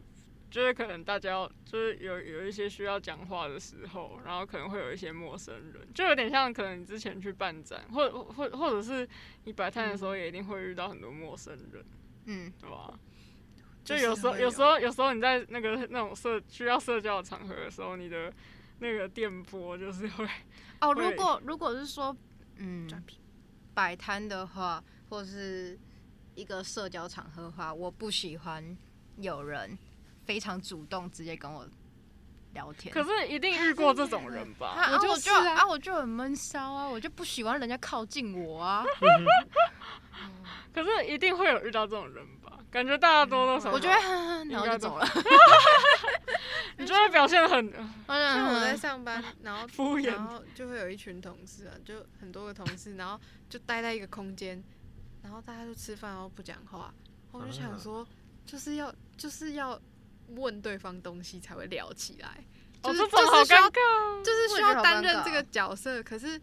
S2: 就是可能大家要就是有有一些需要讲话的时候，然后可能会有一些陌生人，就有点像可能你之前去办展，或或或者是你摆摊的时候，也一定会遇到很多陌生人，
S1: 嗯，
S2: 对吧？就
S5: 就是
S2: 有时候，
S5: 会
S2: 有时候，有时候你在那个那种社需要社交的场合的时候，你的那个电波就是会
S1: 哦，
S2: 会
S1: 如果如果是说，嗯，
S5: 转皮
S1: 摆摊的话，或是一个社交场合的话，我不喜欢有人非常主动直接跟我聊天。
S2: 可是一定遇过这种人吧？
S1: 啊，
S2: 我
S1: 我
S2: 就
S1: 就是啊，我就很闷骚啊，我就不喜欢人家靠近我 啊，
S2: 可是一定会有遇到这种人吧？感嗯觉大家多多少少，
S1: 我就会，哼哼
S2: 应
S1: 然后
S2: 该
S1: 就
S2: 都
S1: 走了。
S2: 你就会表现得很
S5: 像我在
S1: 嗯，
S5: 上班，然后
S2: 敷衍
S5: 然后就会有一群同事啊，就很多个同事，然后就待在一个空间，然后大家就吃饭，然后不讲话。我
S2: 啊
S5: 就想说，就是要就是要问对方东西才会聊起来，
S2: 哦，
S5: 就是
S2: 这
S5: 就
S2: 种好
S5: 是需要
S2: 尴尬哦。
S5: 就是需
S1: 我也觉得
S5: 要
S1: 好
S5: 担
S1: 尴
S5: 任
S1: 尬
S5: 这
S2: 哦
S5: 个角色。可是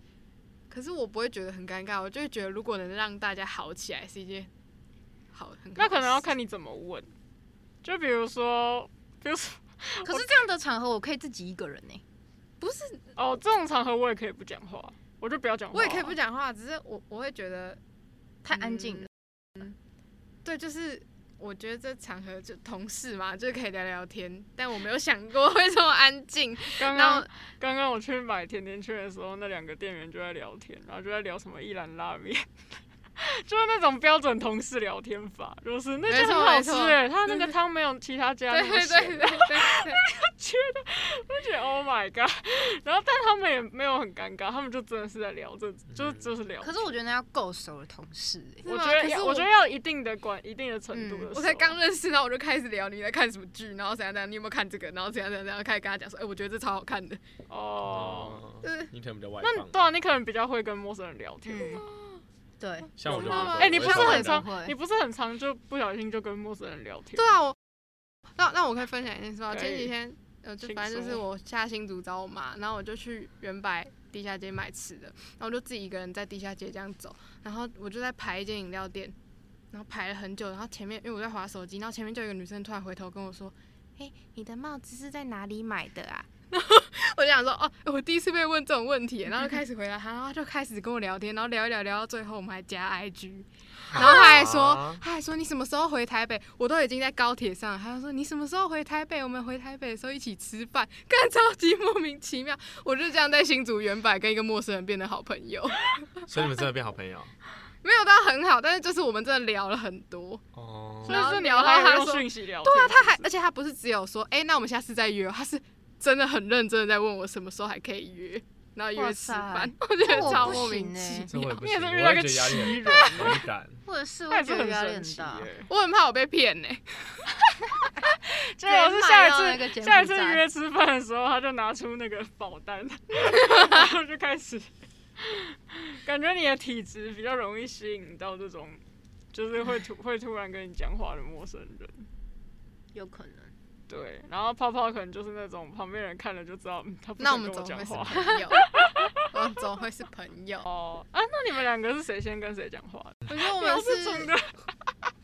S5: 可是我不会觉得很尴尬，我就会觉得如果能让大家好起来是一件好很好
S2: 那可能要
S5: 的事
S2: 看你怎么问，就比如说，比如说，
S1: 可是这样的场合，我可以自己一个人呢、
S5: 不是
S2: 哦，这种场合我也可以不讲话，我就不要讲话。
S5: 我也可以不，讲话，只是我我会觉得
S1: 太安静
S2: 嗯
S1: 了。
S5: 对，就是我觉得这场合就同事嘛，就可以聊聊天，但我没有想过会这么安静。
S2: 刚
S5: 然后
S2: 刚刚刚我去买甜甜圈的时候，那两个店员就在聊天，然后就在聊什么一兰拉面。 就是那种标准同事聊天法，就是那家
S5: 没错
S2: 很好
S5: 没
S2: 吃
S5: 错
S2: 哎，他那个汤没有其他家
S5: 对
S2: 那么
S5: 对
S2: 咸
S5: 对对 对，
S2: 觉得 Oh my god！然后但他们也没有很尴尬，他们就真的是在聊这，就是
S3: 嗯
S2: 就是聊。
S1: 可是我觉得那要够熟的同事、欸，
S2: 我
S5: 是吗
S2: 觉得
S5: 可是
S2: 要，
S5: 我嗯
S2: 我觉得要一定的管一定的程度的时候、
S5: 我才刚认识，然后我就开始聊你在看什么剧，然后怎样怎样，你有没有看这个，然后怎样怎样，然后开始跟他讲说，哎、我觉得这超好看的。
S2: 哦。
S3: 哦
S5: 就是
S3: 你可能比较外
S2: 那
S3: 放
S2: 对。啊，你可能比较会跟陌生人聊天。
S1: 嗯， 对，
S3: 像我就
S5: 真的吗
S2: 哎、你不是很
S1: 常
S2: 常
S1: 不会，
S2: 你不是很常就不小心就跟陌生人聊天？
S5: 对啊，我那那我可以分享一件事吗？
S2: 可以
S5: 前几天呃，就
S2: 请
S5: 反正就是
S2: 说
S5: 我下新竹找我妈，然后我就去原百地下街买吃的，然后我就自己一个人在地下街这样走，然后我就在排一间饮料店，然后排了很久，然后前面因为我在划手机，然后前面就有一个女生突然回头跟我说。哎、你的帽子是在哪里买的 啊？我就想说，哦，我第一次被问这种问题，然后就开始回答她，然后她就开始跟我聊天，然后聊一聊，聊到最后我们还加 IG，然后他还
S3: 啊
S5: 说，他还说你什么时候回台北？我都已经在高铁上了。他就说你什么时候回台北？我们回台北的时候一起吃饭，干超级莫名其妙。我就这样在新竹原百跟一个陌生人变得好朋友，
S3: 所以你们真的变好朋友
S5: 没有到很好，但是就是我们真的聊了很多。
S3: 哦
S2: 所以是你
S5: 然后
S2: 还
S5: 他
S2: 用
S5: 说
S2: 讯息聊天。
S5: 对啊，他还而且他不是只有说，哎、那我们下次再约哦，他是真的很认真的在问我什么时候还可以约，然后约
S1: 哇
S5: 吃
S1: 塞
S5: 饭，我觉得
S1: 这我
S5: 超
S1: 不
S5: 莫
S1: 行
S5: 名其
S1: 欸
S5: 妙。
S3: 这我也不
S2: 你也
S3: 行，
S2: 是
S3: 我
S2: 遇到一
S3: 也
S2: 个
S3: 觉得压力
S2: 奇
S3: 很
S2: 人
S3: 很感。
S1: 或者是
S2: 他
S1: 我
S2: 也是
S1: 觉得
S2: 很
S1: 压力
S2: 神
S1: 很
S2: 奇欸啊
S1: 大。
S2: 耶。
S5: 我很怕我被骗呢、
S2: 这要啊是
S1: 买
S2: 下
S1: 到
S2: 一
S1: 那个
S2: 次
S1: 柬
S2: 下一
S1: 埔
S2: 次
S1: 寨
S2: 约吃饭的时候，他就拿出那个保单， 然后就开始。感觉你的体质比较容易吸引到这种，就是会突会突然跟你讲话的陌生人。
S1: 有可能。
S2: 对，然后泡泡可能就是那种旁边人看了就知道，嗯、他不
S5: 那我
S2: 想
S5: 们
S2: 跟
S5: 怎
S2: 讲
S5: 么会是
S2: 话。
S5: 朋友？我们怎么会是朋 友？
S2: 哦啊，那你们两个是谁先跟谁讲话的？
S5: 我觉得我
S2: 有
S5: 们
S2: 这种的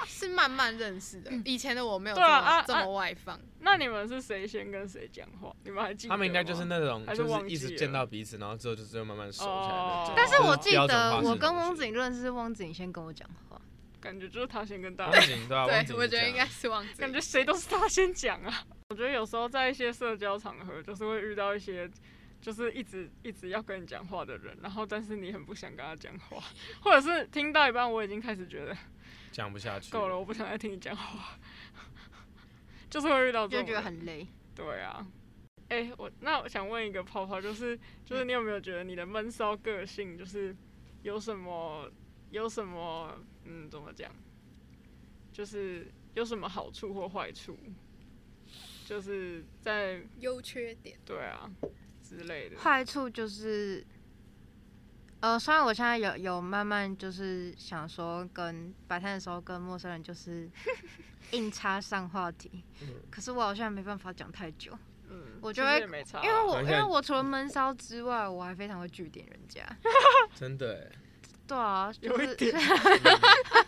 S5: 是是慢慢认识
S2: 嗯
S5: 的，以前的我没有这
S2: 对啊啊
S5: 么
S2: 啊
S5: 这么外放，
S2: 那你们是谁先跟谁讲话？你们还记得吗？
S3: 他们应该就是那种，
S2: 还是
S3: 就
S2: 忘
S3: 是
S2: 记
S3: 一直
S2: 了
S3: 见到彼此，然后之后就只有慢慢熟起来的那
S2: 哦
S3: 种。
S1: 但是我
S3: 就是
S1: 记
S3: 标准
S1: 得
S3: 化式
S1: 我
S3: 的
S1: 跟
S3: 东
S1: 翁
S3: 西
S1: 子颖认识，翁子颖先跟我讲话，
S2: 感觉就是他先跟大
S7: 忘
S2: 家，
S7: 景对啊，忘
S5: 对，
S7: 景
S5: 我觉得
S7: 讲
S5: 应该是忘记
S2: 感觉谁都是他先讲啊。我觉得有时候在一些社交场合，就是会遇到一些。就是一直一直要跟你讲话的人，然后但是你很不想跟他讲话，或者是听到一半，我已经开始觉得
S7: 讲不下去，
S2: 够了，我不想再听你讲话， 就是会遇到
S1: 就
S2: 这种
S1: 觉得
S2: 人
S1: 很累。
S2: 对啊。哎、我那我想问一个泡泡，就是就是你有没有觉得你的闷骚个性就是有什么有什么嗯怎么讲，就是有什么好处或坏处，就是在
S5: 优缺点，
S2: 对啊之类的。
S1: 坏处就是，呃，虽然我现在有有慢慢就是想说跟摆摊的时候跟陌生人就是 硬插上话题，可是我好像没办法讲太久，
S2: 嗯，
S1: 我
S2: 其
S1: 觉
S2: 实
S1: 得
S2: 也没差啊，
S1: 因为我
S7: 好像
S1: 因为我除了闷骚之外，我还非常会据点人家。
S3: 真的欸，
S1: 对啊，就
S2: 有一
S1: 是
S2: 点
S1: 就是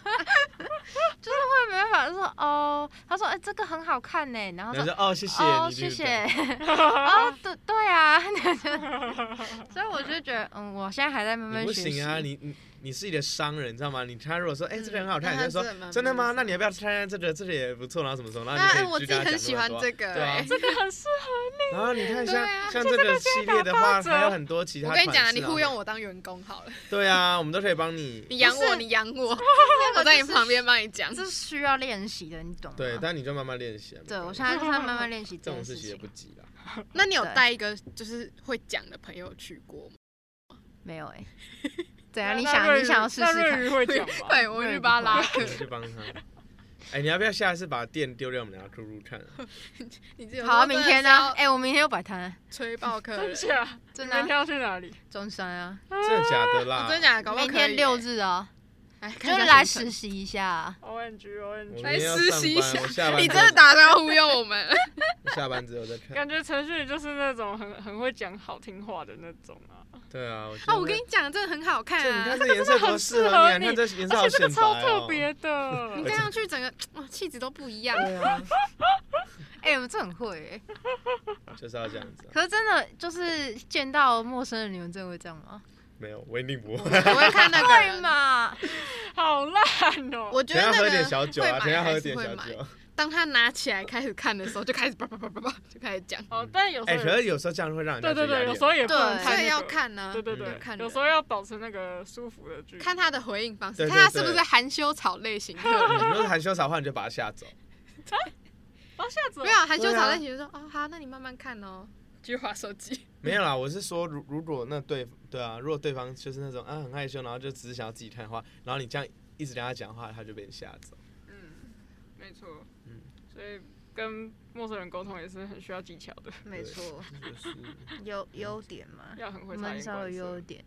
S1: 会 没办法就说哦，他说哎、这个很好看呢，然后
S3: 然
S1: 说
S3: 后说哦，谢谢
S1: 哦，
S3: 你
S1: 谢
S3: 绿
S1: 谢
S3: 的，。
S1: 哦，对对啊，所以我就觉得，嗯，我现在还在慢
S3: 你
S1: 慢
S3: 不
S1: 学习。
S3: 行啊，你你你是一个商人，你知道吗？你他如果说哎这个很好看，
S5: 嗯
S3: 你就说
S5: 那他真的蛮
S3: 真的吗？
S5: 蛮
S3: 那你要不要看看这个？这个也不错，然后什么什么，然后
S5: 那
S3: 你
S5: 哎
S3: 就
S5: 我
S3: 可以去
S5: 自己
S3: 跟他
S5: 很
S3: 讲
S5: 喜欢
S3: 那么多
S5: 这个
S3: 对啊
S5: 哎，
S2: 这个很适合
S3: 然后你看像
S5: 对啊
S3: 像这个系列的话，
S2: 打八折
S3: 它有很多其他
S5: 我
S3: 款式
S5: 跟
S3: 啊。
S5: 你讲啊，你雇佣我当员工好了，
S3: 对啊，我们都可以帮你。
S5: 你养
S1: 不是
S5: 我，你养 我，
S1: 这个
S5: 我在
S1: 就
S5: 你
S1: 是
S5: 旁边帮你讲。
S1: 这是需要练习的，你懂吗？
S3: 对，但你就慢慢练习啊。
S1: 对
S3: 没
S1: 我
S3: 关系
S1: 现在就是在慢慢练习
S3: 这
S1: 这
S3: 种
S1: 件
S3: 事情也
S1: 情
S3: 不。急啦。
S5: 那你有
S1: 对
S5: 带一个就是会讲的朋友去过吗？
S1: 没有哎、怎 样？
S2: 那
S1: 啊你
S2: 那
S1: 想
S2: 瑞
S1: 你想
S2: 宇
S1: 要试
S2: 那
S1: 试
S2: 瑞
S1: 看？
S2: 宇会 讲吗？
S5: 对，我
S1: 那
S5: 去
S1: 也不
S5: 巴拉
S3: 我
S5: 克，
S3: 去帮他。 哎，你要不要下一次把店丢掉，我们俩出入看啊？
S5: 你这有时候
S1: 好啊，明天呢、
S5: 真的是要
S1: 哎、我明天又摆摊，
S5: 吹爆客
S2: 真
S5: 人，
S2: 假？
S1: 真
S2: 你
S1: 的啊、
S2: 明天要去哪里？
S1: 中山啊，
S3: 真的假的
S5: 我
S3: 啦？
S5: 啊真的假的？搞不好
S1: 明
S5: 可以
S1: 天六
S5: 欸，
S1: 日啊，
S5: 哎，
S1: 就
S5: 看一
S1: 是
S5: 下
S1: 来
S5: 行
S1: 实
S5: 程
S1: 习一下啊、
S2: O N G O N
S3: 我
S2: G，
S3: 明天要
S5: 来实习一
S3: 上班，我下班
S5: 你
S3: 之
S5: 真
S3: 后
S5: 的打算要忽悠 我们？
S3: 下班之后再看。
S2: 感觉程序就是那种很很会讲好听话的那种啊。
S3: 对啊，
S5: 哦，我
S3: 觉
S5: 跟
S3: 得
S5: 你讲，真的很好看
S3: 这你
S5: 啊
S3: 看！这颜色多适合你啊，
S2: 真的很适合你
S3: 看这颜色好
S2: 而且这
S3: 显
S2: 个
S3: 白
S2: 超
S3: 哦。
S2: 特别的，
S5: 你戴上去整个哇气质都不一样。
S3: 对啊，
S1: 哎、我这很会哎、
S3: 就是要这样子啊。
S1: 可是真的就是见到陌生人，你们真的会这样吗？
S3: 没有，我一定不会。
S5: 我会看那 个
S1: 会
S5: 人，
S1: 嘛？
S2: 好烂哦、
S5: 我觉
S3: 等
S5: 得
S3: 一下
S5: 那
S3: 喝
S5: 个
S3: 点小酒啊，
S5: 会买
S3: 等一下
S5: 还
S3: 喝
S5: 是
S3: 点
S5: 会
S3: 小
S5: 买
S3: 酒。
S5: 当他拿起来开始看的时候，就开始叭叭叭叭叭就开始讲。
S2: 哦，但有时
S3: 哎，
S2: 候
S3: 可
S2: 也，
S3: 是有时候这样会让人
S2: 对
S3: 家
S2: 对
S3: 觉得
S2: 对，
S3: 压
S2: 有
S3: 力
S2: 时候也不
S1: 对
S2: 能
S5: 所
S2: 看那
S5: 以
S2: 个
S5: 要，看
S1: 啊
S5: 呢、
S2: 对对对
S5: 要，看
S2: 有
S5: 人
S2: 时候要保持那个舒服的距离。
S5: 看他的回应方式，
S3: 对对
S5: 看他是
S3: 对
S5: 不是含羞草类型的。
S3: 很大。你嗯如果是含羞草的话，你就把他吓走。
S2: 哦，下次
S5: 没有含羞
S3: 对啊
S5: 草类型就说哦好，那你慢慢看哦，继续划手机。
S3: 没有啦，我是说，如如果那对对啊，如果对方就是那种啊很害羞，然后就只是想要自己看的话，然后你这样一直跟他讲话，他就被你吓走。
S2: 嗯，没错，
S3: 嗯
S2: 所以跟陌生人沟通也是很需要技巧的，
S1: 没错，
S3: 就是
S1: 优优点嘛，
S2: 要很会察
S1: 闷
S2: 言
S1: 骚的
S2: 观
S1: 优
S2: 色。
S1: 点，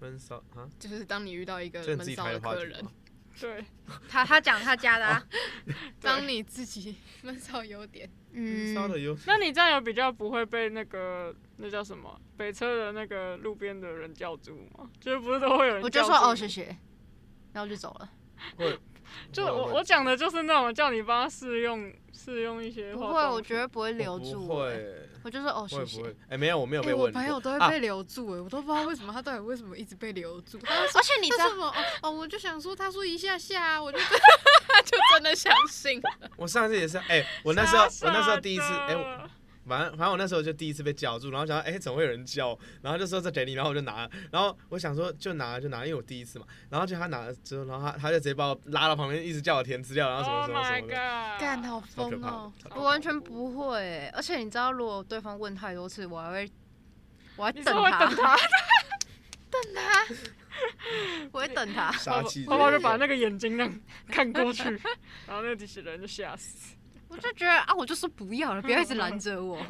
S3: 闷骚啊，
S5: 就是当你遇到一个
S3: 就你自
S5: 闷
S3: 己
S5: 骚
S3: 开的话
S5: 客
S3: 题
S5: 人
S3: 吗，？
S2: 对，
S1: 他他讲他家的啊，
S5: 当你自己 闷骚优点，
S3: 闷骚
S1: 嗯，
S3: 的优
S2: 那你这样有比较不会被那个那叫什么北车的那个路边的人叫住吗？就是不是都会有人
S1: 我就
S2: 叫
S1: 说
S2: 住
S1: 哦
S2: 你
S1: 谢谢，然后我就走了，
S3: 会，
S2: 就
S3: 会
S2: 我我讲的就是那种叫你帮他试用试用一些
S1: 不
S2: 化
S1: 会，
S2: 妆
S1: 我
S2: 品
S1: 觉得不会
S3: 我
S1: 留
S3: 不
S1: 住我欸，
S3: 会，
S1: 我就说哦
S3: 会
S1: 谢
S3: 不
S1: 谢，
S3: 会？哎，没有，我没有
S5: 哎、
S3: 被
S5: 我
S3: 问
S5: 朋友
S3: 过。
S5: 都会
S3: 啊
S5: 被留住哎、我都不知道为什么他到底为什么一直被留住。他
S1: 而且你知
S5: 说
S1: 道
S5: 什么？哦哦，我就想说，他说一下下啊， 我就就真的相信了。
S3: 我上次也是，哎，我那时候
S2: 傻
S3: 我那时候
S2: 傻
S3: 第一次，
S2: 的
S3: 哎，我反正反正我那时候就第一次被叫住，然后想到哎、怎么会有人叫我？然后就说这给你，然后我就拿了，然后我想说就拿了就拿了，因为我第一次嘛。然后就他拿了之后，然后他他就直接把我拉到旁边，一直叫我填资料，然后什么
S2: Oh
S3: 什么什
S2: my
S3: 么
S2: god！
S3: 的，
S5: 干，
S3: 超
S5: 好
S3: 可
S5: 疯
S3: 怕的
S5: 哦！。
S3: 超可怕
S1: 我完全不会欸，而且你知道，如果对方问太多次，我还会，我还
S2: 你
S1: 等
S2: 是会
S1: 他，
S2: 等他，
S1: 我会等 他。
S3: 杀气
S2: 泡泡就把那个眼睛那样看过去，然后那个机器人就吓死。
S1: 我就觉得啊，我就说不要了，不要一直拦着我。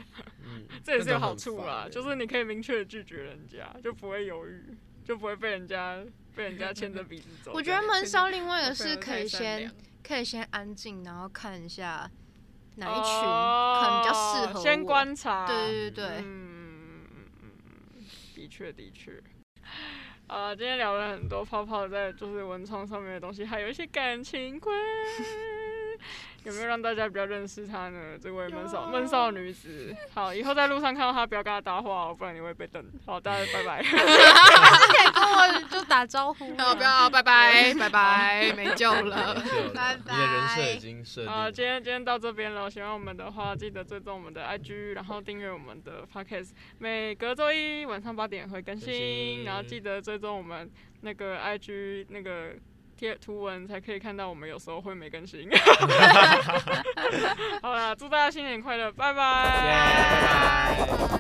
S3: 嗯，
S2: 这也
S3: 那
S2: 是有
S3: 种
S2: 好
S3: 很
S2: 处啊
S3: 烦
S2: 啦，
S3: 欸
S2: 就是你可以明确的拒绝人家，就不会犹豫，就不会被人家被人家牵着鼻子走。
S1: 我觉得闷骚另外一个
S5: 我朋
S1: 是
S5: 友
S1: 可以
S5: 太善
S1: 先
S5: 良了
S1: 可以先安静，然后看一下哪一群
S2: 哦
S1: 可能比较适合我。
S2: 先观察。
S1: 对对对
S2: 嗯，的确的确。啊、今天聊了很多泡泡在就是文创上面的东西，还有一些感情观。 有没有让大家比较认识她呢？这位闷骚闷骚女子，好，以后在路上看到她不要跟她搭话哦，不然你会被瞪。好，大家拜拜。
S1: 可以跟我就打招呼啊。
S5: 要不要？拜 拜，拜拜，没救了。
S3: 拜
S4: 拜
S3: 你的人设已经设定
S2: 好，
S3: 了。
S2: 今天今天到这边了。喜欢我们的话，记得追踪我们的 IG，然后订阅我们的 Podcast。每隔周一晚上八点会更新，
S3: 更新
S2: 然后记得追踪我们那个 IG 那个贴图文，才可以看到我们有时候会没更新。 好啦，祝大家新年快乐，拜拜。
S3: 耶拜拜。